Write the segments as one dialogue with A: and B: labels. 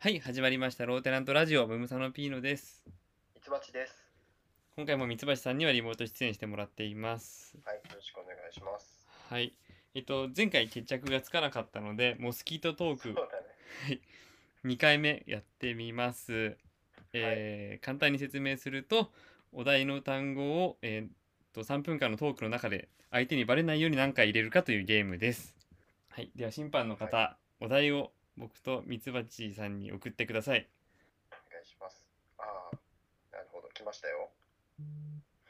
A: はい、始まりました。ローテナントラジオ、ムムサノピーノです。
B: ミツバチです。
A: 今回もミツバチさんにはリモート出演してもらっています。
B: はい、よろしくお願いします。
A: はい。えっと、前回決着がつかなかったので、モスキートトーク、
B: そうだね、
A: 2回目やってみます。えーはい、簡単に説明すると、お題の単語を、えー、っと3分間のトークの中で相手にバレないように何回入れるかというゲームです。はい、では審判の方、はい、お題を僕とミツバチさんに送ってください。
B: お願いします。ああ、なるほど、来ましたよ。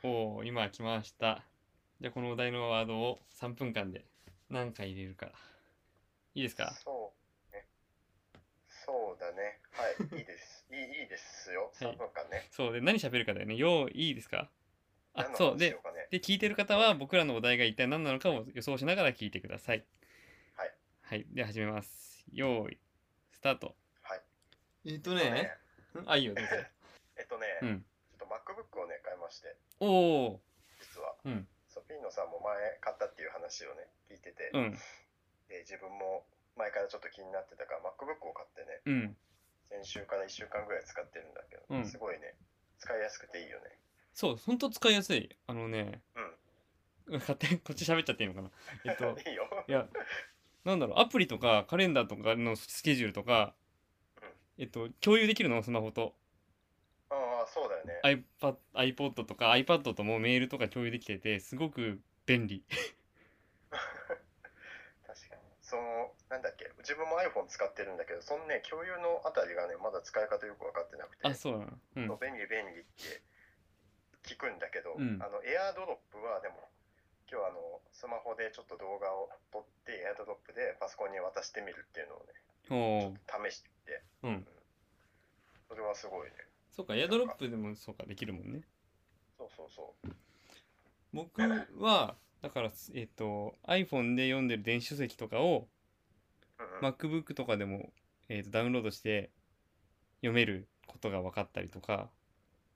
A: おお、今来ました。じゃあこのお題のワードを3分間で何回入れるか。いいですか
B: そうね。そうだね。 はい、いいです。いいいいですよ。3分間ね。はい、
A: そうで、何喋るかだよね。よう、いいですかあ、ね、そうで、で、聞いてる方は僕らのお題が一体何なのかを予想しながら聞いてください。
B: はい。
A: はい、では始めます。用意スタート
B: はい
A: えっとねあいいよ
B: えっとね、うん、ちょっと MacBook をね買いまして
A: お
B: お実は、
A: うん、
B: ソピーノさんも前買ったっていう話をね聞いてて、
A: うん、
B: で自分も前からちょっと気になってたから MacBook を買ってね、
A: うん、
B: 先週から1週間ぐらい使ってるんだけど、うん、すごいね使いやすくていいよね
A: そうほんと使いやすいあの
B: ねうん
A: 勝手にこっち喋っちゃっていいのかなえっと
B: いいよ
A: いやなんだろう、アプリとかカレンダーとかのスケジュールとか、えっと、共有できるのスマホと。
B: ああ、そうだよね。
A: iPad, iPod とか iPad ともメールとか共有できてて、すごく便利。
B: 確かに。その、なんだっけ、自分も iPhone 使ってるんだけど、そのね、共有のあたりがね、まだ使い方よく分かってなくて。、
A: あ、そうなの、うん
B: 便利便利って聞くんだけど、
A: うん、
B: あの、エアードロップはでも、今日あのスマホでちょっと動画を撮ってエアドロップでパソコンに渡してみるっていうのをね試してみて、
A: うん、うん、
B: それはすごいね
A: そうかエアドロップでもそうかできるもんね
B: そうそうそう
A: 僕はだからえっ、ー、と iPhone で読んでる電子書籍とかを、
B: うんうん、
A: MacBook とかでも、えーと、とダウンロードして読めることが分かったりとか、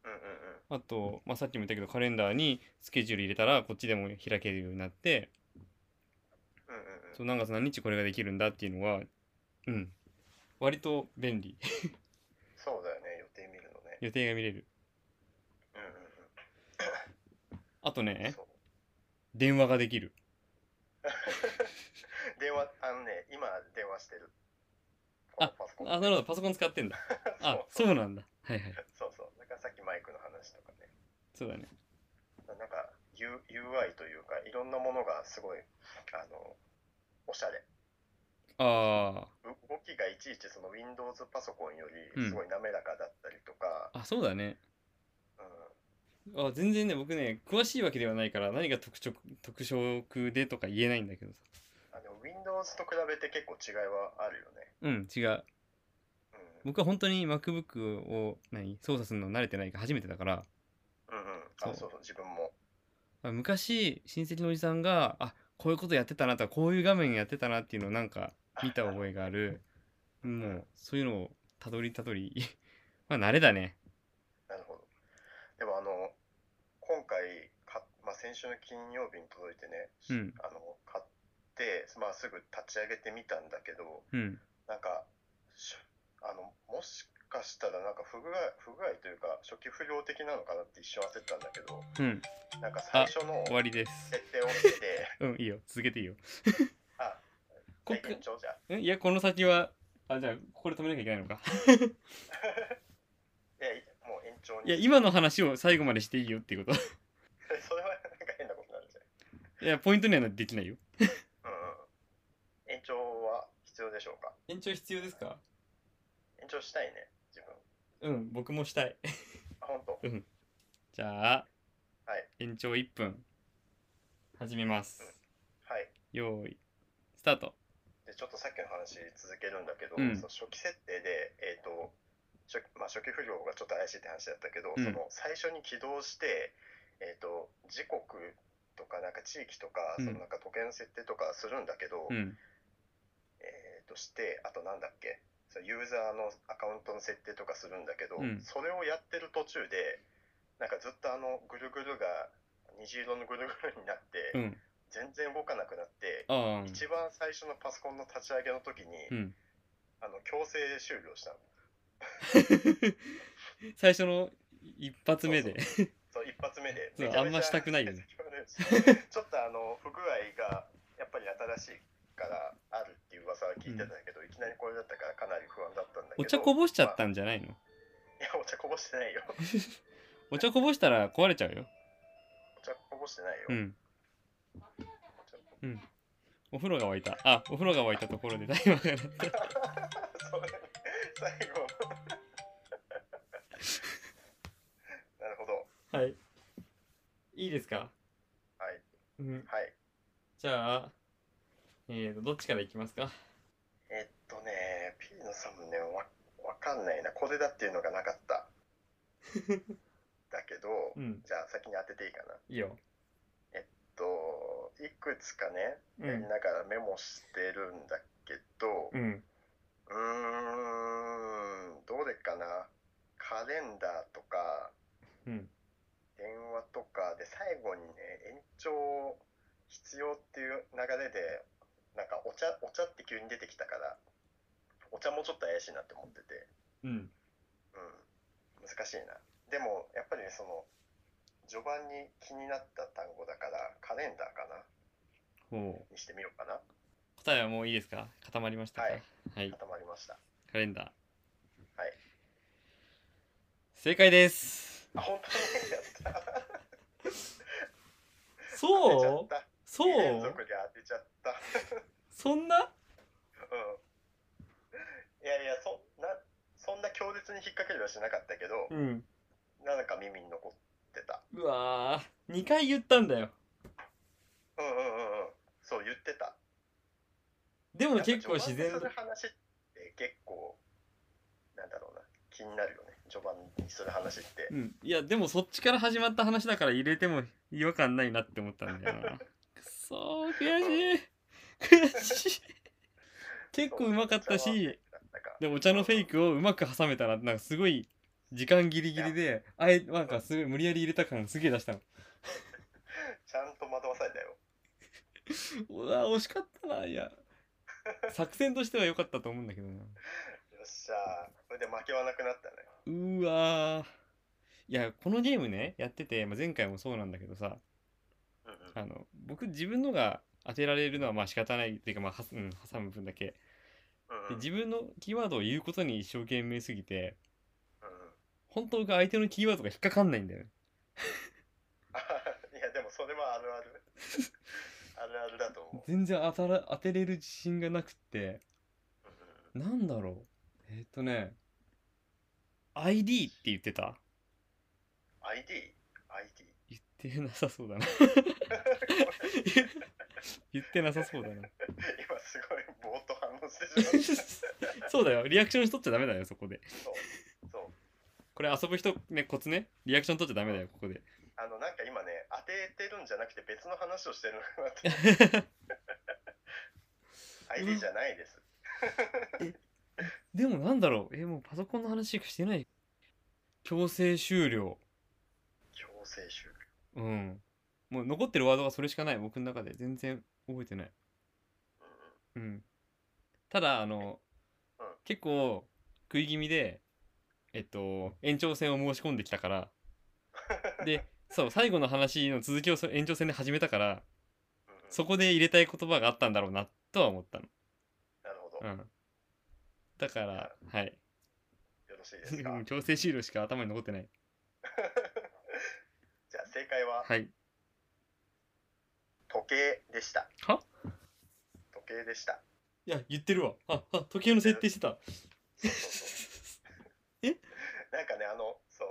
B: うんうんうん
A: あと、まあ、さっきも言ったけどカレンダーにスケジュール入れたらこっちでも開けるようになって、
B: うんうんうん、
A: そう何月何日これができるんだっていうのはうん割と便利
B: そうだよね予定見るのね
A: 予定が見れる、
B: うんうん
A: うん、あとね電話ができる
B: 電話あのね今電話してる
A: ああなるほどパソコン使って んだあそうなんだはいはい
B: そうそうだからさっきマイクの話とかね
A: そうだね
B: なんか、U、UI というかいろんなものがすごいあのおしゃれ
A: あ
B: あ動きがいちいちその Windows パソコンよりすごい滑らかだったりとか、
A: うん、あそうだね
B: うん
A: あ全然ね僕ね詳しいわけではないから何が特色特色でとか言えないんだけどさ
B: あでも Windows と比べて結構違いはあるよね
A: うん違う僕は本当に MacBook を何操作するの慣れてないか初めてだから、
B: うんうん、そうそうそう自分も
A: 昔親戚のおじさんがあこういうことやってたなとかこういう画面やってたなっていうのをなんか見た覚えがあるもうそういうのをたどりたどり まあ慣れだね
B: なるほどでもあの今回か、まあ、先週の金曜日に届いてね、
A: うん、
B: あの買って、まあ、すぐ立ち上げてみたんだけど、
A: うん、
B: なんかあのもしかしたらなんか不具合不具合というか初期不良的なのかなって一瞬焦ったんだけど、
A: うん、
B: なんか最初の
A: 終わりです
B: 設定をして
A: うんいいよ続けていいよ
B: あこっ長じゃ
A: いやこの先はあじゃあここで止めなきゃいけないのか
B: いやもう延長
A: にいや今の話を最後までしていいよっていうこと
B: それはなんか変なことになるじ
A: ゃんいやポイントにはできないよ
B: うん、延長は必要でしょうか
A: 延長必要ですか、
B: 延長したいね自
A: 分うん僕もしたい
B: あ本当
A: うんじゃあ、
B: はい、、
A: 延長1分始めます、うん
B: はい
A: 用意スタート
B: でちょっとさっきの話続けるんだけど、
A: うん、
B: 初期設定でえっ、ー、と初,、まあ、初期不良がちょっと怪しいって話だったけど、
A: うん、
B: その最初に起動してえっ、ー、と時刻とかなんか地域とか、そのなんか時計の設定とかするんだけど、えっ、ー、としてあとなんだっけそユーザーのアカウントの設定とかするんだけど、
A: うん、
B: それをやってる途中でなんかずっとあのぐるぐるが虹色のぐるぐるになって、
A: うん、
B: 全然動かなくなって、
A: うん、
B: 一番最初のパソコンの立ち上げの時に、
A: うん、
B: あの強制終了したの。
A: 最初の一発目で
B: そう一発目で
A: そう
B: めちゃ
A: あ
B: めちゃ
A: んましたくないよね
B: ちょっとあの不具合がやっぱり新しいからあるっていう噂は聞いてたんだけど、いきなりこれだったからかなり不安だったん だけど
A: お茶こぼしちゃっ
B: まあ
A: たんじゃないの
B: いやお茶こぼしてないよ
A: お茶こぼしたら壊れちゃうよ
B: お茶こぼしてないよ、
A: うん
B: お茶こ
A: うんお風呂が沸いたあお風呂が沸いたところでタイ マーが鳴っ
B: そう最後 なるほど
A: たはいいいですか
B: は
A: う
B: い
A: ん
B: はい
A: じゃあえーとどっちからいきますか
B: えっとね P のサムネはわわかんないなこれだっていうのがなかった だけど、
A: うん
B: じゃあ先に当てていいかない
A: いよ
B: といくつかね
A: う
B: やり
A: ん
B: ながらメモしてるんだけど
A: うん
B: うーんどれかなカレンダーとか
A: うん
B: 電話とかで最後にね延長必要っていう流れでなんかお茶お茶って急に出てきたからお茶もちょっと怪しいなって思ってて
A: うん
B: うん難しいなでもやっぱりねその序盤に気になった単語だからカレンダーかな
A: ほう
B: にしてみようかな
A: 答えはもういいですか固まりましたか
B: はい、
A: はい、
B: 固まりました
A: カレンダー
B: はい
A: 正解です
B: あ本当にやった
A: そ
B: 当てちゃった
A: そ
B: 二連続で当てちゃった
A: そんな
B: うんいやいやそんなそんな強烈に引っ掛けるはしなかったけど、
A: うん
B: なんか耳に残ってた
A: うわー2回言ったんだよ
B: うんうんうんうんそう言ってた
A: でも結構自然
B: やっ
A: だ
B: ぱ序盤でする話って結構なんだろうな気になるよね序盤にする話って
A: うん、いやでもそっちから始まった話だから入れても違和感ないなって思ったんだよなくそー悔しい悔しい 結構うまかったし
B: だったか
A: でお茶のフェイクをうまく挟めたらなんかすごい時間ギリギリであえなんかすごい無理やり入れた感すげえ出したの
B: ちゃんと惑わされたよ
A: うわ惜しかったないや作戦としては良かったと思うんだけどな
B: よっしゃーこれで負けはなくなったね
A: うーわーいやこのゲームねやってて、まあ、前回もそうなんだけどさ
B: うんうん
A: あの僕自分のが当てられるのはまあ仕方ないっていうかまあはす、うん、挟む分だけ
B: うんう
A: で
B: ん
A: 自分のキーワードを言うことに一生懸命すぎて
B: うんうん
A: 本当が相手のキーワードが引っかかんないんだよね
B: あ いやでもそれはある あるあるあるだと思う
A: 全然当たら当てれる自信がなくって
B: うんうん
A: なんだろうえーっ、とね ID って言ってた
B: ID?ID?
A: 言ってなさそうだな 言ってなさそうだな
B: 今すごいぼーっと反応してしまった
A: そうだよリアクションしとっちゃダメだよそこで
B: そう
A: これ遊ぶ人ねコツねリアクション取っちゃダメだよここで
B: あのなんか今ね当ててるんじゃなくて別の話をしてるのかなって ID じゃないです
A: でもなんだろうえもうパソコンの話しかしてない強制終了
B: 強制終了
A: うんもう残ってるワードがそれしかない僕の中で全然覚えてない
B: うんうん
A: うんただあの、
B: うん
A: 結構食い気味でえっと延長戦を申し込んできたからでそう最後の話の続きをそ延長戦で始めたから
B: うんうん
A: そこで入れたい言葉があったんだろうなとは思ったの
B: なるほど、
A: う
B: よ
A: んだからはい
B: ろしいですか
A: 強制終了しか頭に残ってない
B: じゃあ正解は
A: はい
B: 時計でした
A: は
B: 時計でした
A: いや言ってるわああ時計の設定してた
B: そうそうそうなんかねあのそ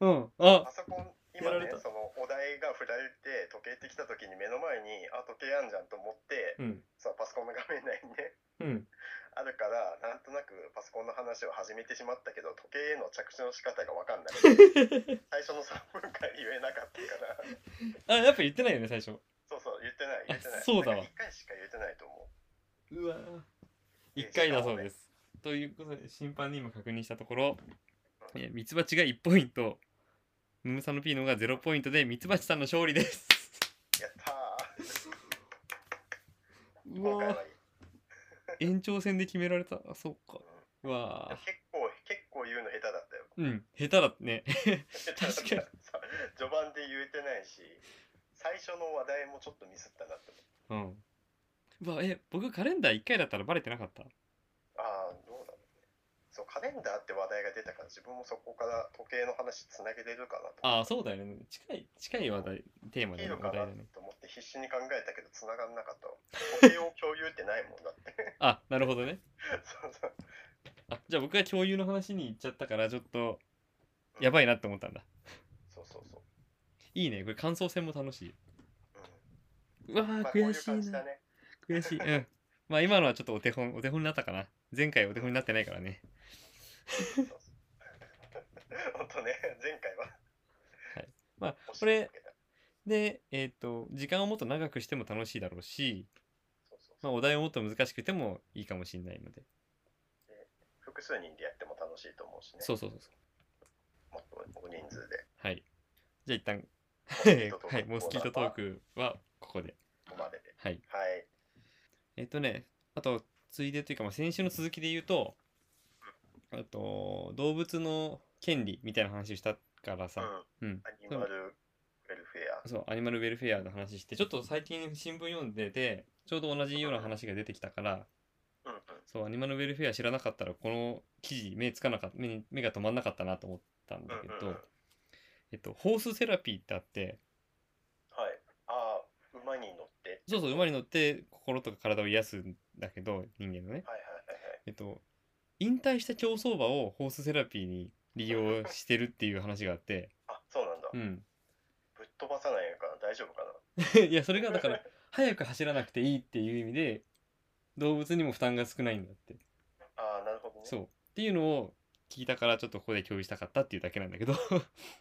B: う
A: うんあ
B: パソコン
A: や
B: 今
A: られ
B: ね
A: た
B: そのお題が振られて時計ってきた時に目の前にあ時計あんじゃんと思って
A: うん
B: そのパソコンの画面内に
A: うん
B: ねあるからなんとなくパソコンの話を始めてしまったけど時計への着地の仕方が分か んない最初の3分間言えなかったか
A: あ
B: ら
A: やっぱ言ってないよね最初
B: そうそう言ってない言ってない
A: あそうだわ
B: 1回しか言ってないと思う
A: うわ1回だそうですということで審判に今確認したところえミツバチが1ポイントムムサノピーノが0ポイントでミツバチさんの勝利です
B: やったー
A: う
B: 今回
A: わ
B: はいい
A: 延長戦で決められたあそっかう
B: う
A: わ
B: ん結構結構語言うの下手だったよ。
A: うん下手だってね
B: 下手だった
A: 確か に
B: さ序盤で言えてないし、最初の話題もちょっとミスったなって思う。
A: うんうわえ僕カレンダー1回だったらバレてなかった
B: ああ、どうだろうね。そう、カレンダーって話題が出たから、自分もそこから時計の話つなげれるかなと。
A: ああそうだよね近い近い話題テーマ
B: い
A: だ
B: い
A: よね
B: のか
A: 話題
B: な
A: だね
B: と思って必死に考えたけど繋がんなかったわ時計を共有ってないもんだって
A: あなるほどね
B: そうそう
A: あじゃあ僕が共有の話に行っちゃったからちょっとやばいなって思ったんだ
B: そうそうそう、
A: いいねこれ感想戦も楽しい
B: うん
A: うわー
B: まあ、こうい
A: 悔
B: う
A: し
B: 感
A: い
B: じ
A: な
B: だね
A: 悔しいうんまあ今のはちょっとお手本お手本になったかな前回お手本になってないからね
B: そうそう本当ね前回は
A: まあ
B: 惜し
A: これ
B: いけど
A: でえっ、と時間をもっと長くしても楽しいだろうし、
B: そうそう
A: ま
B: そ
A: あ、
B: う
A: お題をもっと難しくてもいいかもしれないので、
B: 複数人でやっても楽しいと思うしね
A: そうそうそうそう
B: もっと大人数で
A: はいじゃあ一旦
B: トーク
A: はいモスキートトークはここで
B: ここまでで
A: はい
B: はい
A: えっとね、あと、ついでというか、まあ、先週の続きで言うと、あと、動物の権利みたいな話をしたから
B: うん
A: さ、うん。
B: アニマルウェルフェア
A: そう、アニマルウェルフェアの話して、ちょっと最近新聞読んでて、ちょうど同じような話が出てきたから、
B: うんうん
A: そう、アニマルウェルフェア知らなかったら、この記事、目つかなかった、目に目が止まんなかったなと思ったんだけ
B: うんうんう
A: ど
B: ん、
A: えっと、ホースセラピーってあって、
B: はいああ馬に乗って
A: そうそう、馬に乗って心とか体を癒すんだけど、人間のね。
B: はいはいはいはい
A: えっと、引退した競走馬をホースセラピーに利用してるっていう話があって、
B: あそうなんだ、
A: うん。
B: ぶっ飛ばさないのかな大丈夫かない
A: や、それがだから、早く走らなくていいっていう意味で、動物にも負担が少ないんだって。
B: ああなるほどね
A: そう。っていうのを聞いたから、ちょっとここで共有したかったっていうだけなんだけ ど。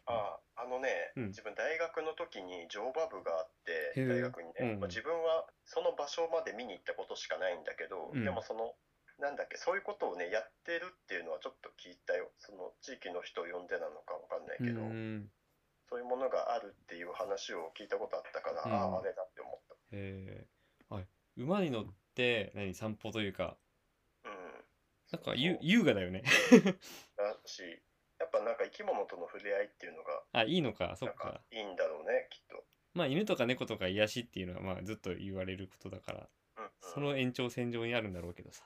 B: あああのね、
A: うん
B: 自分大学の時に乗馬部があっ
A: へ
B: て
A: え
B: 大学にね、
A: うん
B: まあ、自分はその場所まで見に行ったことしかないんだけど、
A: うん
B: でもそのなんだっけそういうことをねやってるっていうのはちょっと聞いたよその地域の人を呼んでなのかわかんないけど、
A: うん。
B: そういうものがあるっていう話を聞いたことあったから、あ
A: うん
B: ああれだって思っ
A: えー、あ馬に乗って、何、散歩というか、
B: たうん
A: なんかゆ
B: そう
A: 優雅だよね。
B: だしやっぱなんか生き物との触れ合いっていうのが
A: あ、いいのか、そ
B: なん
A: っ
B: か
A: か。
B: いいんだろうねきっと、
A: まあ、犬とか猫とか癒しっていうのは、まあ、ずっと言われることだから、
B: うんうん、
A: その延長線上にあるんだろうけどさ。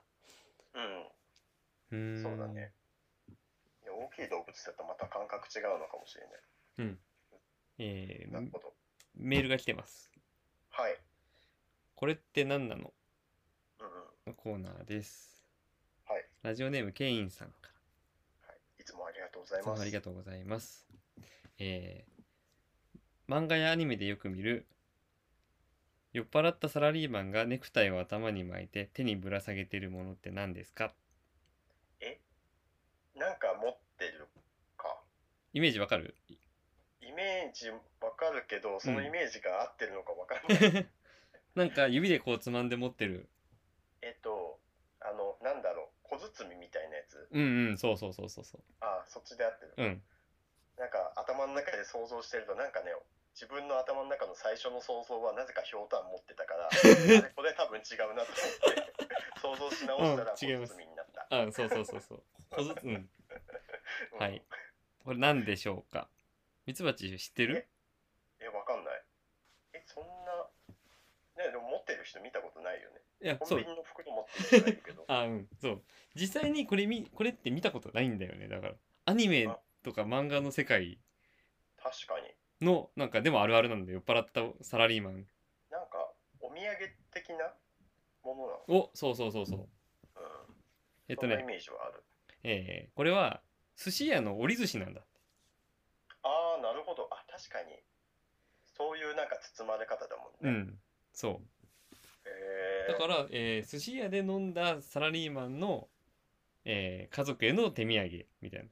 B: うん
A: うーん
B: そうだね。いや大きい動物だとまた感覚違うのかもしれない。
A: えー
B: なるほど。
A: メールが来てます。
B: はい。
A: これって何なの
B: うんうん。
A: のコーナーです。
B: はい。
A: ラジオネームケインさんか
B: はい、いつもありがとうござい
A: ら。そう
B: ます。
A: ありがとうございます。えー漫画やアニメでよく見る酔っ払ったサラリーマンがネクタイを頭に巻いて手にぶら下げてるものって何ですか
B: なんか持ってるか。
A: イメージわかる
B: イメージわかるけど、そのイメージが合ってるのかわか んない。
A: なんか指でこうつまんで持ってる。
B: えっと、あの、なんだろう、小包みみたいなやつ。
A: うんうん、そうそうそうそうそ
B: ああ、そっちで合ってる。
A: う。うん。
B: なんか頭の中で想像してると、なんかね、自分の頭の中の最初の想像はなぜかひょうたん持って たから、あれこれ多分違うなと思って、想像し直したら
A: うん違います
B: 小包みになった。
A: あ、そうそうそう そう。小ずうん。
B: うん
A: はい。これ何でしょうかミツバチ知ってる
B: え、わかんない。え、そんな、ね、でも持ってる人見たことないよね。
A: いや、
B: コ
A: そ
B: ン
A: う
B: ビ。ニの袋持ってる人はいるけ
A: 。
B: ど
A: あうんそう実際にこれみこれって見たことないんだよねだからアニメとか漫画の世界
B: 確かに。
A: のなんかでもあるあるなんだよ酔っ払ったサラリーマン
B: なんか、お土産的なものなの。
A: をそうそうそうそう
B: うん。
A: えっと
B: そんなイ
A: ね、
B: メージはある。
A: えーこれは寿司屋の折り寿司なんだ
B: ああ、なるほど。あ、確かに。そういうなんか包まれ方だも
A: うん
B: ね。
A: んそ
B: へ
A: う
B: え
A: だから、えー寿司屋で飲んだサラリーマンの、えー家族への手土産みたいな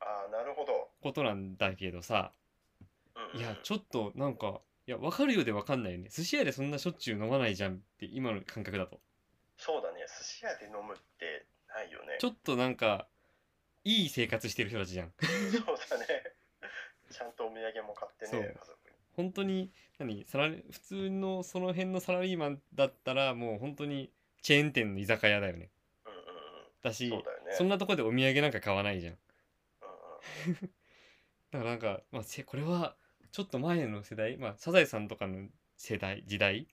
B: ああ、なるほど。
A: ことなんだけどさ
B: うんうん、
A: いやちょっとなんかいや分かるようで分かんないよね寿司屋でそんなしょっちゅう飲まないじゃんって今の感覚だと
B: そうだね。寿司屋で飲むってないよね。
A: ちょっとなんか、いい生活してる人たちじゃん。
B: そうだね。 ちゃんとお土産も買ってね、家族に。
A: 本当に、何サラリ普通のその辺のサラリーマンだったら、もう本当にチェーン店の居酒屋だよね。
B: うんうんうん。
A: だし、
B: そうだよね。
A: そんなとこでお土産なんか買わないじゃん。だからなんか、まあ、せこれはちょっと前の世代、まあ、サザエさんとかの世代時代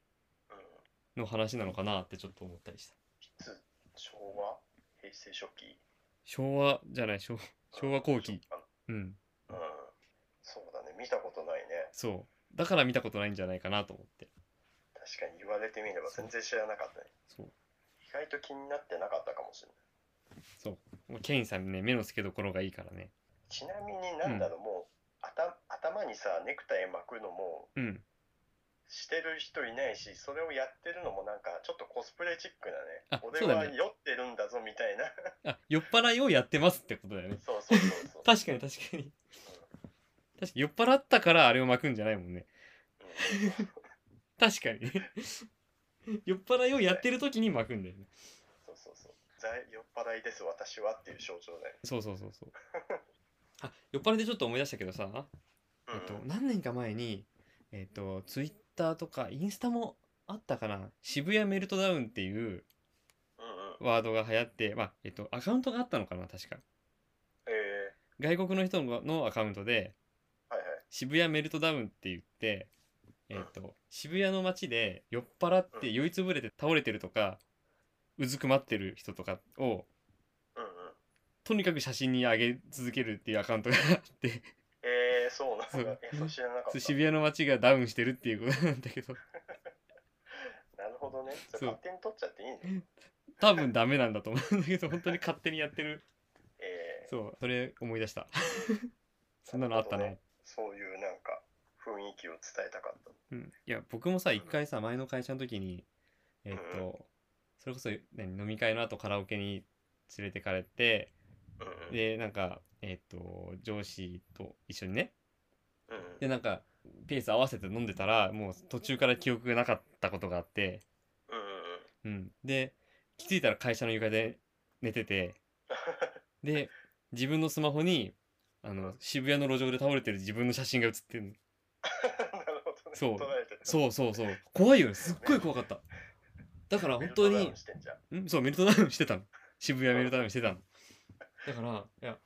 B: うん、
A: の話なのかなってちょっと思ったりした
B: いつ昭和平成初期
A: 昭和じゃない昭昭和後期
B: う
A: うん
B: ん初期かなうんそうだね見たことないね
A: そうだから見たことないんじゃないかなと思って
B: 確かに言われてみれば全然知らなかったね
A: そう
B: 意外と気になってなかったかもしれない
A: もうケインさんね目の付けどころがいいからね
B: ちなみになんだろう、もうあた頭にさネクタイ巻くのも
A: うん
B: してる人いないしそれをやってるのもなんかちょっとコスプレチックな
A: あ
B: ね俺
A: そうだ
B: は
A: ね
B: 酔ってるんだぞみたいな
A: あ酔っ払いをやってますってことだよね
B: そうそうそうそう、
A: 確かに確かに確かに酔っ払ったからあれを巻くんじゃないもんね
B: うん
A: 確かに ね酔っ払いをやってる時に巻くんだよね
B: そうそうそう在酔っ払いです私はっていう症状だよね
A: そうそうそう そうあ酔っ払いでちょっと思い出したけどさえっと、
B: うん
A: 何年か前に、えっと、ツイッターとかインスタもあったかな渋谷メルトダウンっていう
B: うんうん
A: ワードが流行って、まあえっと、アカウントがあったのかな確か
B: え
A: 外国の人ののアカウントで
B: ー、はいはい
A: 渋谷メルトダウンって言って、えっと、渋谷の街で酔っ払って酔いつぶれて倒れてるとかうずくまってる人とかを
B: うんうん
A: とにかく写真に上げ続けるっていうアカウントがあって
B: えー、そうなんだ
A: そう
B: えそう知らなかっ
A: そう
B: た
A: 渋谷の街がダウンしてるっていうことなんだけど
B: なるほどねそれ
A: そう
B: 勝手に取っちゃっていいの
A: 多分ダメなんだと思うんだけど本当に勝手にやってる
B: えー、
A: そうそれ思い出したそんなのあったね
B: なるそういうなんか雰囲気を伝えたかった
A: うん、いや僕もさ一回さ前の会社の時にえっ
B: う
A: とそれこそ何飲み会の後カラオケに連れてかれて
B: うんうん
A: でなんかえっと上司と一緒にね
B: うん
A: でなんかペース合わせて飲んでたらもう途中から記憶がなかったことがあって、
B: うんうんうん
A: う ん、で気づいたら会社の床で寝ててで自分のスマホにあの渋谷の路上で倒れてる自分の写真が写ってるの
B: なるほどね
A: そう
B: 捉えてた
A: そうそうそう怖いよねすっごい怖かっただから本当
B: メルト
A: に
B: ダウンしてんじゃん
A: んそうメルトダウンしてたの 渋谷メルトダウンしてたのだからいや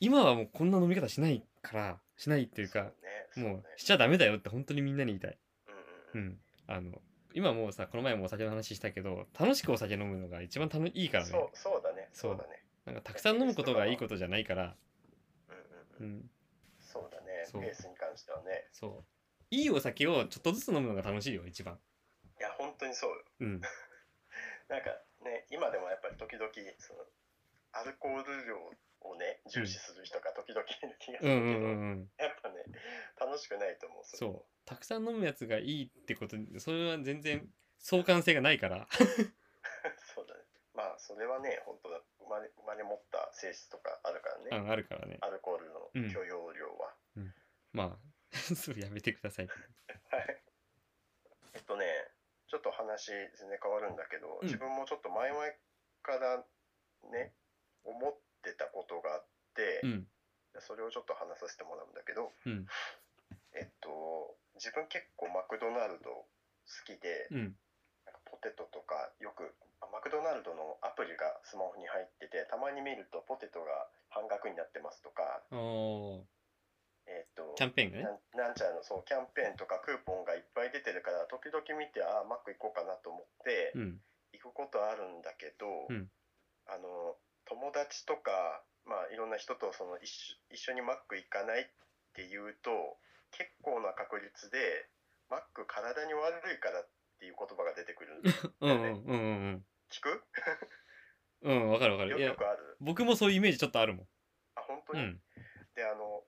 A: 今はもうこんな飲み方しないからしないっていうか
B: そうね
A: もうしちゃダメだよって本当にみんなに言いたい
B: そうねう
A: うん
B: うん
A: んあの今もうさこの前もお酒の話したけど楽しくお酒飲むのが一番楽いいからね
B: そうそうだね
A: そう
B: そうだね
A: なんかたくさん飲むことがいいことじゃないから
B: うん
A: う
B: う
A: ん
B: うん
A: ん
B: そうだね
A: そう
B: ペースに関してはね
A: そういいお酒をちょっとずつ飲むのが楽しいよ一番
B: いや本当にそうよ
A: うん
B: なんかね今でもやっぱり時々そのアルコール量をね重視する人が時々いる気がす
A: う
B: る
A: んう
B: け
A: ん
B: ど、
A: うんうん
B: やっぱね楽しくないと思うれ
A: そうたくさん飲むやつがいいってことにそれは全然相関性がないから
B: そうだねまあそれはね本当だ生まれ生まれ持った性質とかあるから
A: う
B: ね、
A: んあるからね
B: アルコール
A: うん
B: の許容量は、
A: まあ そうやめてください
B: はいえっとねちょっと話全然変わるんだけど、
A: うん
B: 自分もちょっと前々からね思ってたことがあって、
A: うん
B: それをちょっと話させてもらうんだけど
A: うん
B: えっと自分結構マクドナルド好きで、
A: うん
B: なんかポテトとかよくあマクドナルドのアプリがスマホに入っててたまに見るとポテトが半額になってますとか、
A: お
B: えっと
A: ーキャンペーンがね
B: なんなんちゃらのそうキャンペーンとかクーポンがいっぱい出てるから時々見てああマック行こうかなと思って
A: うん
B: 行くことあるんだけど、
A: うん
B: あの友達とか、まあ、いろんな人とその一緒一緒にマック行かないっていうと結構な確率でマック体に悪いからっていう言葉が出てくる
A: うんうんうんうん
B: 聞く
A: うんうんわかるわか
B: よ
A: るいや
B: くある
A: 僕もそういうイメージちょっとあるもん
B: あ本当
A: う
B: に、
A: ん
B: であの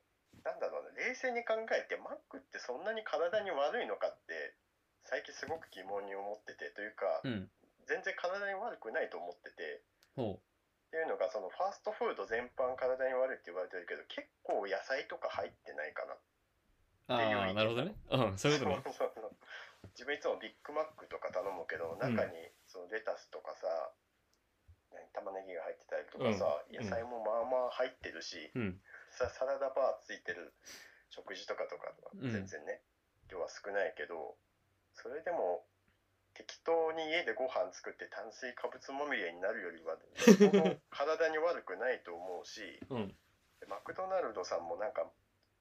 B: なんだろうね冷静に考えてマックってそんなに体に悪いのかって最近すごく疑問に思っててというか、
A: うん
B: 全然体に悪くないと思ってて
A: ほ
B: っていうのがそのファーストフード全般体に悪いって言われてるけど結構野菜とか入ってないか
A: う
B: な
A: ああなるほどねうんそういうことね
B: そうそうそう自分いつもビッグマックとか頼むけど中にそのレタスとかさ、何玉ねぎが入ってたりとかさ、
A: うん
B: 野菜もまあまあ入ってるし、
A: うん
B: さサラダバーついてる食事とかとかとか
A: うん
B: 全然ね、量は少ないけどそれでも適当に家でご飯作って炭水化物まみれになるよりはその体に悪くないと思うし
A: うん
B: でマクドナルドさんもなんか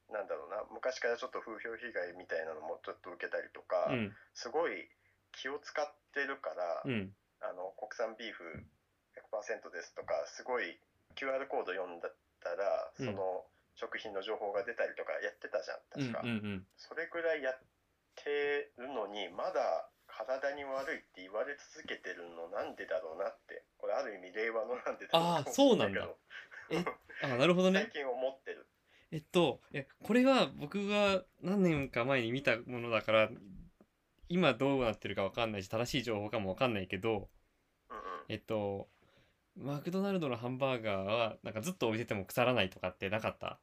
B: なんだろうな昔からちょっと風評被害みたいなのもちょっと受けたりとか、
A: うん
B: すごい気を使ってるから、
A: うん
B: あの国産ビーフ100%ですとかすごい QR コード読んだったら
A: うん
B: その食品の情報が出たりとかやってたじゃ
A: うん
B: ん確か、
A: うんうん
B: それぐらいやってるのにまだ体に悪いって言われ続けてるのなんでだろうなってこれある意味令和のなんでだろう
A: あーそうなんだ
B: と思 けど
A: あなるほどね
B: 最近思ってる
A: えっと、え、これは僕が何年か前に見たものだから、今どうなってるかわかんないし、正しい情報かもわかんないけど、
B: うんうん
A: えっと、マクドナルドのハンバーガーは、なんかずっと置いてても腐らないとかってなかった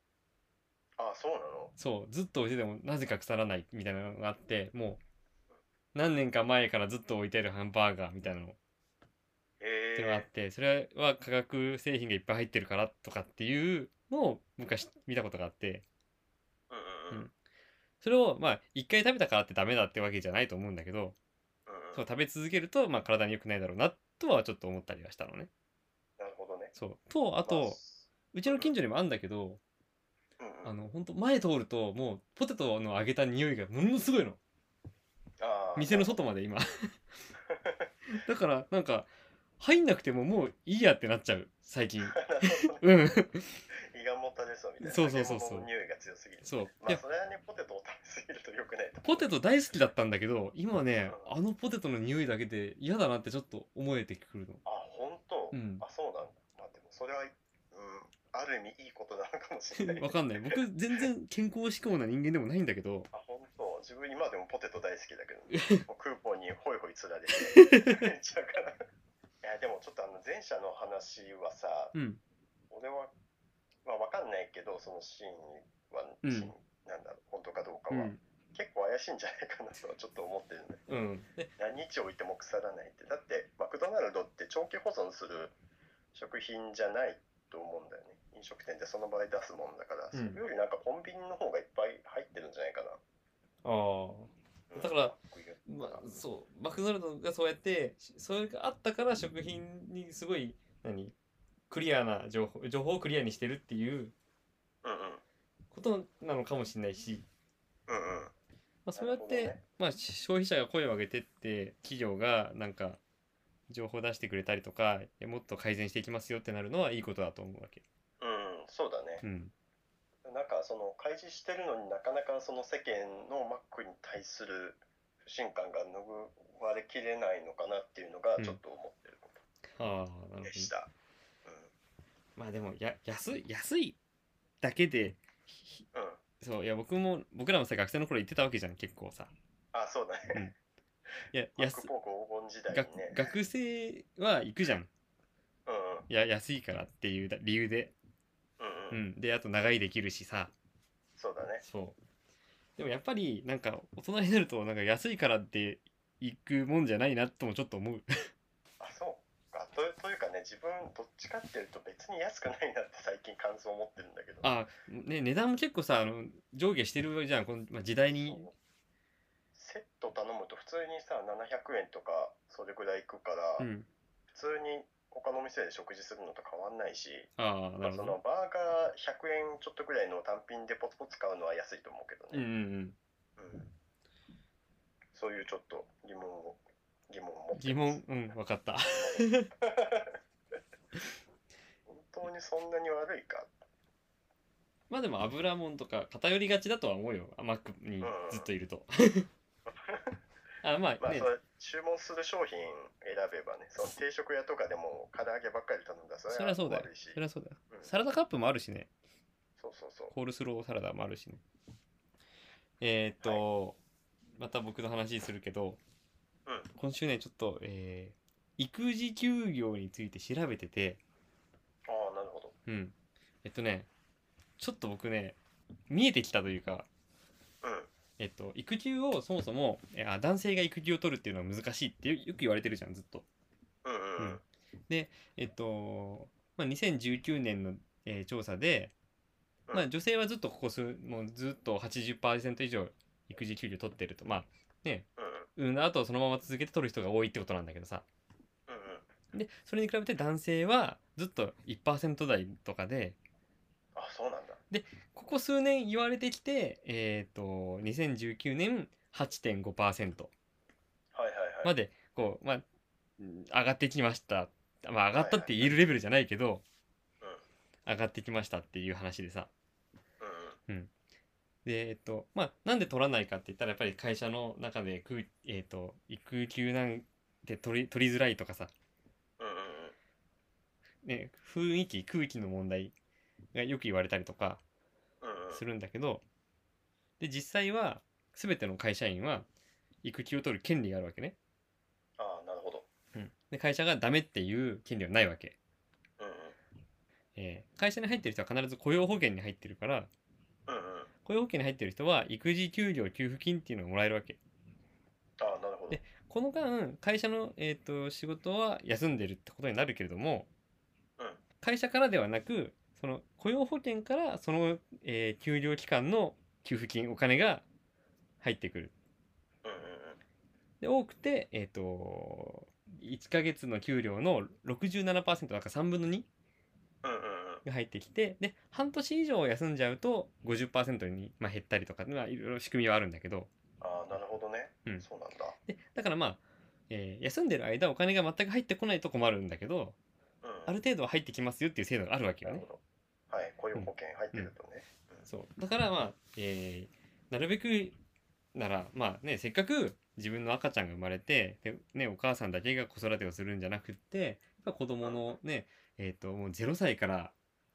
B: あそうなの
A: そう、ずっと置いててもなぜか腐らないみたいなのがあって、もう、何年か前からずっと置いてるハンバーガーみたいなのってのがあっ
B: え
A: て、それは化学製品がいっぱい入ってるからとかっていうのを昔見たことがあって、
B: ー、うんうんうん
A: それをまあ一回食べたからってダメだってわけじゃないと思うんだけど
B: うんうん
A: そう食べ続けるとまあ体に良くないだろうなとはちょっと思ったりはしたのね。
B: なるほどね
A: そうとあ
B: ま
A: とうちの近所にもあんだけど
B: うんうん
A: あのほんと前通るともうポテトの揚げた匂いがものすごいの
B: あー
A: 店の外まで 今 だからなんか入んなくてももういいやってなっちゃう最 近
B: なるほどね
A: うん
B: 胃がもたれそうみたいな
A: そうそうそうそう
B: 揚げ物の匂いが強すぎる
A: そう
B: ま
A: い
B: あ
A: や
B: それはねポテトを食べすぎると良くないと
A: ポテト大好きだったんだけど今ねあのポテトの匂いだけで嫌だなってちょっと思えてくるの
B: あ本当、
A: うん
B: あそうなんだまあでもそれは、うん、ある意味いいことなのかもしれない、
A: わかんない僕全然健康志向な人間でもないんだけど
B: あ本当自分今でもポテト大好きだけど、 ね、もうクーポンにホイホイつられてめっちゃからいやでもちょっとあの前者の話はさ
A: うん
B: 俺はまあわかんないけどそのシーンは、
A: うん
B: シーンなんだろう本当かどうか
A: う
B: は、
A: ん
B: 結構怪しいんじゃないかなとはちょっと思ってるね
A: うん
B: 何日置いても腐らないってだってマクドナルドって長期保存する食品じゃないと思うんだよね飲食店でその場合出すもんだから、
A: うん
B: それよりなんかコンビニの方がいっぱい入ってるんじゃないかな、
A: ああ
B: うん
A: だから
B: こういう
A: まあそうマクドナルドがそうやってしそれがあったから食品にすごい何クリアな情報情報をクリアにしてるっていう
B: うんうん
A: ことなのかもしれないし、
B: うんうん
A: まあ、そうやっ
B: なる
A: て、
B: ほどね
A: まあ、し消費者が声を上げてって企業がなんか情報を出してくれたりとかいやもっと改善していきますよってなるのはいいことだと思うわけ。
B: うん、そうだね
A: う、ん
B: なんかその開示してるのになかなかその世間のマックに対する不信感が拭われきれないのかなっていうのがちょっと思ってるこ
A: ああな
B: と
A: る
B: で
A: ほど
B: し。た、
A: まあでもや安い安いだけでひ
B: うん、うん、
A: そういや僕も僕らもさ学生の頃言ってたわけじゃん結構さ
B: あそうだね
A: いや
B: マッ
A: 安
B: クポーク黄金時代
A: 学
B: にね
A: 学生は行くじゃん
B: うんうん
A: いや安いからっていうだ理由で、
B: う
A: う
B: んうん、
A: ん、であと長いできるしさ
B: そうだね。
A: そうでもやっぱりなんか大人になるとなんか安いからって行くもんじゃないなともちょっと思う
B: あ、そうか。とというかね、自分どっちかっていうと別に安くないなって最近感想を持ってるんだけど。
A: あね値段も結構さあの上下してるじゃんこの、まあ時代に
B: そうセット頼むと普通にさ、700円とかそれぐらいいくから、
A: うん
B: 普通に他の店で食事するのと変わんないし、
A: ああな
B: まあ
A: る
B: そ
A: ほ
B: の
A: ど
B: バーガー100円ちょっとぐらいの単品でポツポツ買うのは安いと思うけ
A: うん
B: ど
A: う
B: ね。
A: んうん
B: うんそういうちょっと疑問を、疑問を持って
A: 疑
B: ます
A: 問うん分かった
B: 本当にそんなに悪いか
A: まあでも油もんとか偏りがちだとは思うよマックにずっといるとあま
B: ま
A: あ
B: あ、
A: ね
B: それ注文する商品選べばね、その定食屋とかでも唐揚げばっかり頼んだらそ
A: そり
B: れは
A: ゃそうだよ
B: 悪いし
A: そ、りゃそうだよ
B: うん
A: サラダカップもあるしね
B: そうそうそう。
A: コールスローサラダもあるしねえー、っと、また僕の話するけど、
B: うん
A: 今週ねちょっと、えー育児休業について調べてて
B: ああ、なるほど。
A: うんえっとねちょっと僕ね見えてきたというか
B: うん。うん
A: えっと育休をそもそも、えーあ男性が育休を取るっていうのは難しいってよよく言われてるじゃんずっと
B: うんうん。
A: えっと、まあ、2019年の、えー調査で、
B: うん
A: まあ、女性はずっとここ数もうずっと80%以上育児休業取ってるとまあねうんあとはそのまま続けて取る人が多いってことなんだけどさ
B: うんうん。
A: でそれに比べて男性はずっと1%台とかで
B: あそうなんだ
A: ここ数年言われてきて、えっ、と、2019年8.5%
B: はいはいは
A: ま
B: い
A: で、こう、まあ、うん上がってきました。まあ、上がったって言えるレベルじゃないけど、上がってきましたっていう話でさ。
B: うんうん
A: で、えっと、まあ、なんで取らないかって言ったら、やっぱり会社の中で、くえっと、育休なんて取り取りづらいとかさ、
B: うんうんうん
A: ね、雰囲気、空気の問題がよく言われたりとか、
B: うんうん
A: するんだけどで実際は全ての会社員は育休を取る権利があるわけね、
B: ああなるほど
A: で会社がダメっていう権利はないわけ、
B: うんうん
A: えー会社に入ってる人は必ず雇用保険に入ってるから
B: うんうん
A: 雇用保険に入ってる人は育児休業給付金っていうのをもらえるわけ
B: ああなるほど
A: でこの間会社の、えー、と仕事は休んでるってことになるけれども、
B: うん
A: 会社からではなくその雇用保険からその、えー休業期間の給付金お金が入ってくる
B: うんうんうん
A: で多くて、えっと1ヶ月の給料の67%だから3分の2
B: うんうんうん
A: が入ってきてで半年以上休んじゃうと50%に、まあ、減ったりとか、まあ、いろいろ仕組みはあるんだけど
B: ああなるほどね、
A: うん
B: そうなんだ
A: でだからまあ、えー休んでる間お金が全く入ってこないと困るんだけど
B: うん
A: ある程度は入ってきますよっていう制度があるわけ
B: な
A: よ
B: る
A: ね
B: ほ。どはい雇用保険入ってるとね、
A: そうだからまあ、えーなるべくならまあねせっかく自分の赤ちゃんが生まれてで、ね、お母さんだけが子育てをするんじゃなくってやっぱ子供のねえっ、ともう0歳から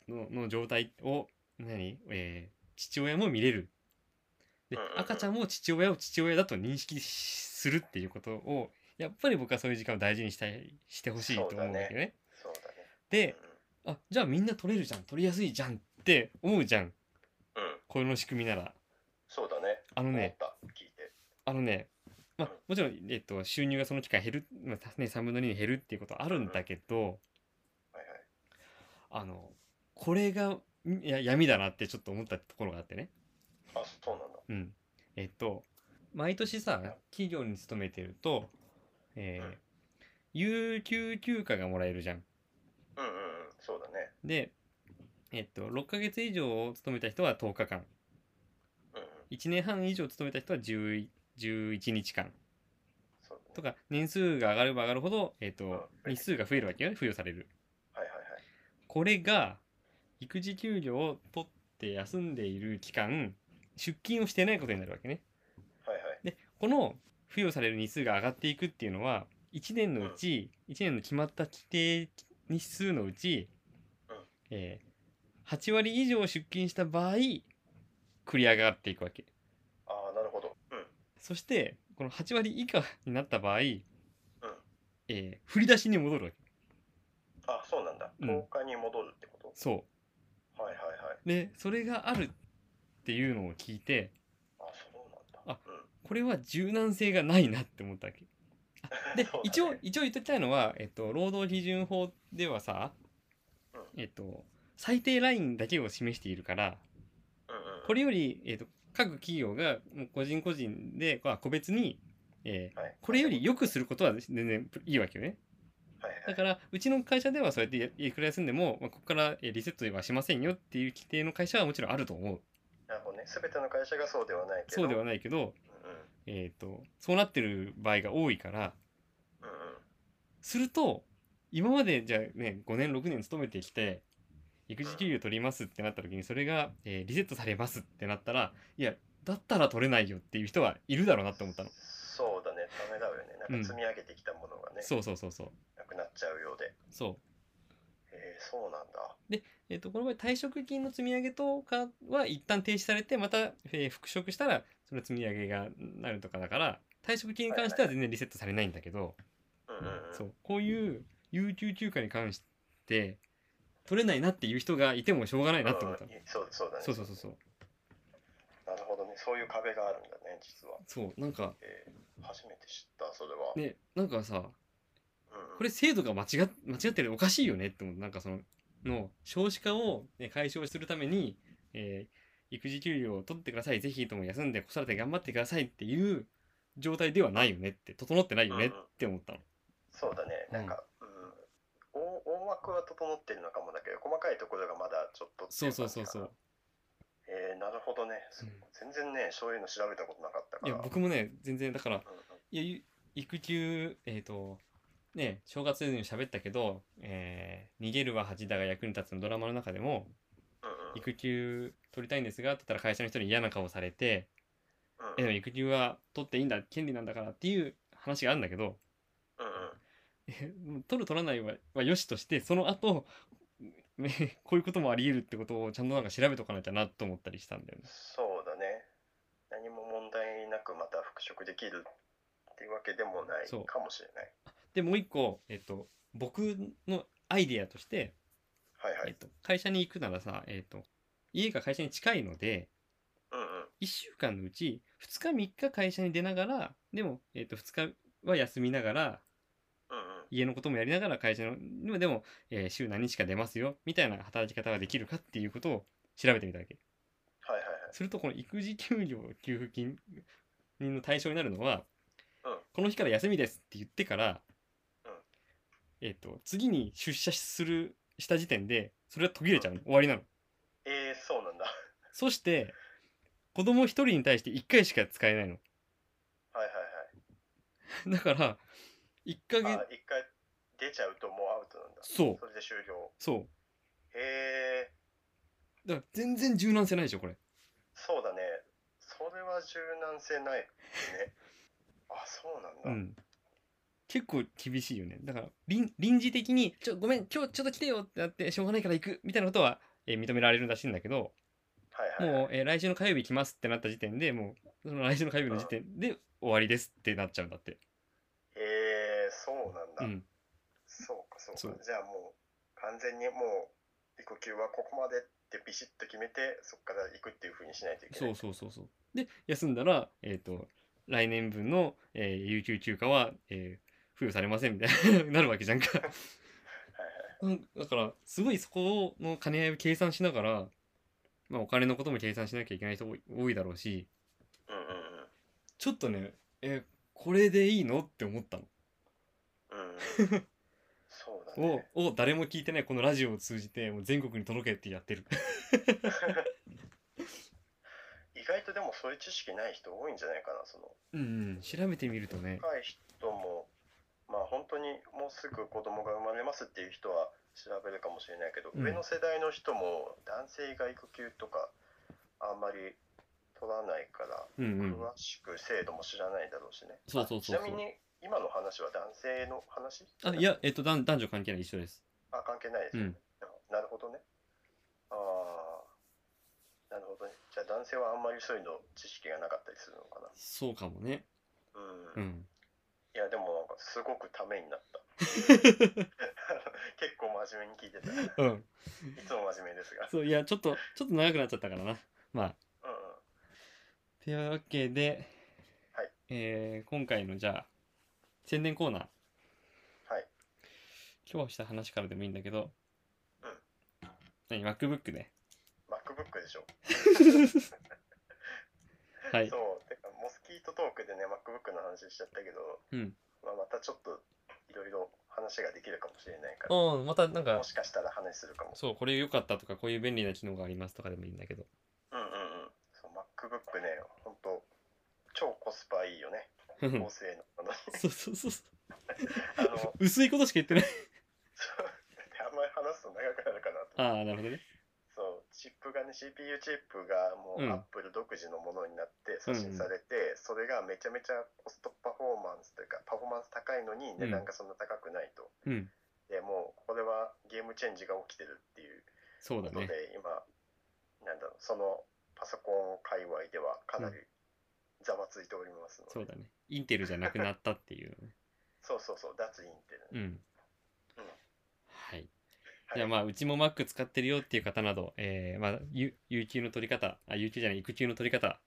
A: のの状態を何、えー父親も見れるで
B: うんうんうん
A: 赤ちゃんも父親を父親だと認識しするっていうことをやっぱり僕はそういう時間を大事にしたいしてほしいと思うわけね。
B: そうそうだね
A: であじゃあみんな取れるじゃん取りやすいじゃんって思うじゃん
B: うん、うん、
A: この仕組みなら。
B: そうだね
A: あのね
B: 思った聞いて
A: あのね、まあ
B: うん、
A: もちろん、えっと、収入がその期間減る、まあたね、3分の2に減るっていうことはあるんだけど、
B: はいはい
A: あの、これがんいや闇だなってちょっと思ったところがあってね。
B: あそうなんだ
A: うん。えっと、毎年さ、企業に勤めてると、えー
B: うん
A: 有給休暇がもらえるじゃん。
B: うんうんうんそうだね
A: で、えっと、6ヶ月以上を勤めた人は10日間、
B: うんうん
A: 1年半以上勤めた人は11 11日間
B: そうだね
A: とか、年数が上がれば上がるほど、えっと、
B: うん
A: 日数が増えるわけよね、付与される。
B: はいはいはい
A: これが育児休業を取って休んでいる期間出勤をしてないことになるわけね。
B: はいはい
A: でこの付与される日数が上がっていくっていうのは1年のうち1年の決まった規定日数のうち
B: うん、
A: えー8割以上出勤した場合繰り上がっていくわけ。
B: ああなるほどうん
A: そしてこの8割以下になった場合、え
B: うん
A: ー振り出しに戻るわけ。
B: あそうなんだ
A: うん
B: 10日に戻るってこと、
A: そ。
B: はいはいはいう
A: でそれがあるっていうのを聞いて
B: あそうなんだ
A: あ
B: うん
A: これは柔軟性がないなって思ったわけ。あで、
B: そうだね
A: 一応一応言っときたいのは、えっと、労働基準法ではさ、
B: う
A: えっと、最低ラインだけを示しているから
B: うんうん
A: これより、えっと、各企業がもう個人個人でまあ個別に、えー
B: はい
A: これより良くすることは全然いいわけよね
B: はいはい
A: だからうちの会社ではそうやってやいくら休んでも、まあ、ここからえーリセットはしませんよっていう規定の会社はもちろんあると思う
B: なるほどね全ての会社がそうではないけど
A: そうではいないけど、
B: うんうん
A: えっとそうなってる場合が多いから
B: うんうん
A: すると今までじゃあね5年6年勤めてきて育児休業取りますってなった時にそれが、えーリセットされますってなったらいやだったら取れないよっていう人はいるだろうなって思ったの、
B: そうだねダメだよねなんか積み上げてきたものがね、
A: そうそうそうそう
B: なくなっちゃうようで
A: そう
B: えー、そうなんだ
A: えっ、とこの場合退職金の積み上げとかは一旦停止されてまた、えー復職したらその積み上げがなるとかだから退職金に関しては全然リセットされないんだけど、
B: うんうんうん
A: そうこういう有給休暇に関して取れないなっていう人がいてもしょうがないなって思ったの、
B: うんうんそうそうだね
A: そうそうそうそう
B: なるほどねそういう壁があるんだね実は、
A: そうなんか
B: えー、初めて知ったそれは、
A: ねなんかさ
B: うんうん、
A: これ制度が間違っ間違ってるおかしいよねって思うなんかそのの少子化を、ね、解消するために、えー育児休業を取ってくださいぜひとも休んで子育て頑張ってくださいっていう状態ではないよねって整ってないよねって思ったの、
B: そうだね
A: うん
B: なんか、うん大大枠は整ってるのかもだけど細かいところがまだちょっとって
A: そ
B: いうう
A: そ
B: 感
A: う
B: じか
A: そう
B: な
A: そう
B: えー、なるほどね、そう
A: うん
B: 全然ねそういうの調べたことなかったか
A: い
B: ら
A: や僕もね全然だから
B: うんうん
A: いやゆ育休えっ、とね正月に喋ったけど、えー逃げるは恥だが役に立つ」のドラマの中でも
B: うんうん
A: 育休取りたいんですがって言ったら会社の人に嫌な顔されて
B: うん
A: 「えでも育休は取っていいんだ権利なんだから」っていう話があるんだけど
B: うんうん
A: えもう取る取らないははよしとしてその後ねこういうこともあり得るってことをちゃんとなんか調べとかなきゃなと思ったりしたんだよね。
B: そうだね何も問題なくまた復職できるっていうわけでもない
A: そう
B: かもしれない
A: でもう一個、えっと、僕のアイデアとして、
B: はいは
A: えっ
B: い
A: と、会社に行くならさ、えっと、家が会社に近いので
B: うんうん
A: 1週間のうち2日3日会社に出ながらでも、えっと、2日は休みながら
B: うんうん
A: 家のこともやりながら会社のでもでも、えー週何日か出ますよみたいな働き方ができるかっていうことを調べてみたわけ
B: はいはい
A: するとこの育児休業給付金の対象になるのは、
B: うん
A: この日から休みですって言ってから、
B: うん
A: えっと次に出社するした時点でそれは途切れちゃうの終わりなの
B: えー、そうなんだ
A: そして子供一人に対して1回しか使えないの
B: はいは
A: だから1ヶ
B: い
A: 月
B: はいあ一回出ちゃうともうアウトなんだ
A: そう
B: それで終了
A: そ
B: へえ
A: うだから全然柔軟性ないでしょこれ
B: そうだねそれは柔軟性ないね あそうなんだ、
A: うん結構厳しいよねだから臨臨時的に「ちょごめん今日ちょっと来てよ」ってなってしょうがないから行くみたいなことは、えー認められるらしいんだけど
B: はいはいはい
A: もう、えー来週の火曜日来ますってなった時点でもうその来週の火曜日の時点で終わりですってなっちゃうんだって
B: へえそうなんだ、
A: うん
B: そうかそうか
A: そう
B: じゃあもう完全にもう育休はここまでってビシッと決めてそこから行くっていうふうにしないといけな
A: そ
B: いう
A: そうそうそうで休んだらえっ、と来年分の、えー有給休暇は、えー付与されませんみたいななるわけじ ゃんか
B: はいはい
A: うんだからすごいそこの兼ね合いを計算しながら、まあ、お金のことも計算しなきゃいけない人多い多いだろうし
B: うんうんうん
A: ちょっとねえーこれでいいのって思ったの
B: うんうんそうだね
A: をを誰も聞いてないこのラジオを通じてもう全国に届けってやってる
B: 意外とでもそういう知識ない人多いんじゃないかなその
A: うん、うん、調べてみるとね
B: 若い人もまあ本当にもうすぐ子供が生まれますっていう人は調べるかもしれないけど、
A: うん
B: 上の世代の人も男性が育休とかあんまり取らないから
A: うんうん
B: 詳しく制度も知らないだろうしね、
A: そうそうそうそう
B: あちなみに今の話は男性の話
A: あいやえっと男男女関係ない一緒です
B: あ関係ないですよね、なるほどねああなるほどねじゃあ男性はあんまりそういうの知識がなかったりするのかな
A: そうかもねう
B: うん、
A: ん
B: いやでもなんかすごくためになった 結構真面目に聞いてたい
A: うん
B: つも真面目ですが
A: そういやちょっとちょっと長くなっちゃったからなまあ
B: うんうん
A: というわけで、
B: はい
A: えー今回のじゃあ宣伝コーナー
B: はい
A: 今日した話からでもいいんだけど、
B: うん
A: 何 MacBook ね
B: MacBook でしょ、
A: はい
B: そうてかモスキートトークでね MacBook の話しちゃったけど、
A: うん
B: まあ、またちょっといろいろ話ができるかもしれないから
A: うんまたなんか
B: もしかしたら話するかも。
A: そうこれ良かったとかこういう便利な機能がありますとかでもいいんだけど
B: うんうんうん。そう MacBook ね、本当超コスパいいよね。
A: うん
B: 高性能なのに。
A: そうそうそうそう
B: あの、そう
A: 薄いことしか言ってない
B: あんまり話すと長くなるかなと。
A: ああなるほどね
B: そう、チップがね、CPU チップがもう
A: うん
B: Apple 独自のものになって刷新されて、それがめちゃめちゃコストパフォーマンスというか、パフォーマンス高いのに値段がそんな高くないと。
A: うん
B: でもう、これはゲームチェンジが起きてるっていう
A: そうだ
B: こと
A: ね
B: で、今、なんだろう、そのパソコン界隈ではかなりざわついておりますので。
A: そうだねインテルじゃなくなったっていうね
B: そうそうそう、脱インテル
A: う
B: ね。
A: ん
B: うん
A: はい
B: はい
A: じゃあまあうちも Mac 使ってるよっていう方など、えーまあ、有有給の取り方あ有給じゃない育休の取り方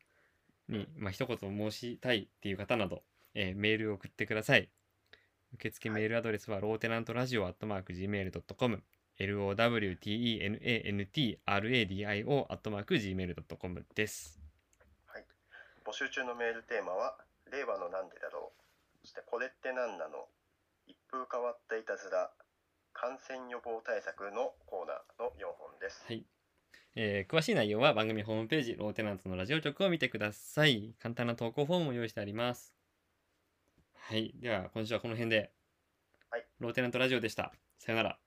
A: に、まあ、一言申したいっていう方など、えーメールを送ってください受付メールアドレスは、ローテナントラジオアットマーク Gmail.com lowtenantradio アットマーク Gmail.com です
B: 募集中のメールテーマは、令和のなんでだろう。そして、これって何なの一風変わったいたずら。感染予防対策のコーナーの4本です。
A: はいえー詳しい内容は番組ホームページローテナントのラジオ局を見てください簡単な投稿フォームを用意してありますはいでは今週はこの辺で、
B: はい
A: ローテナントラジオでしたさよなら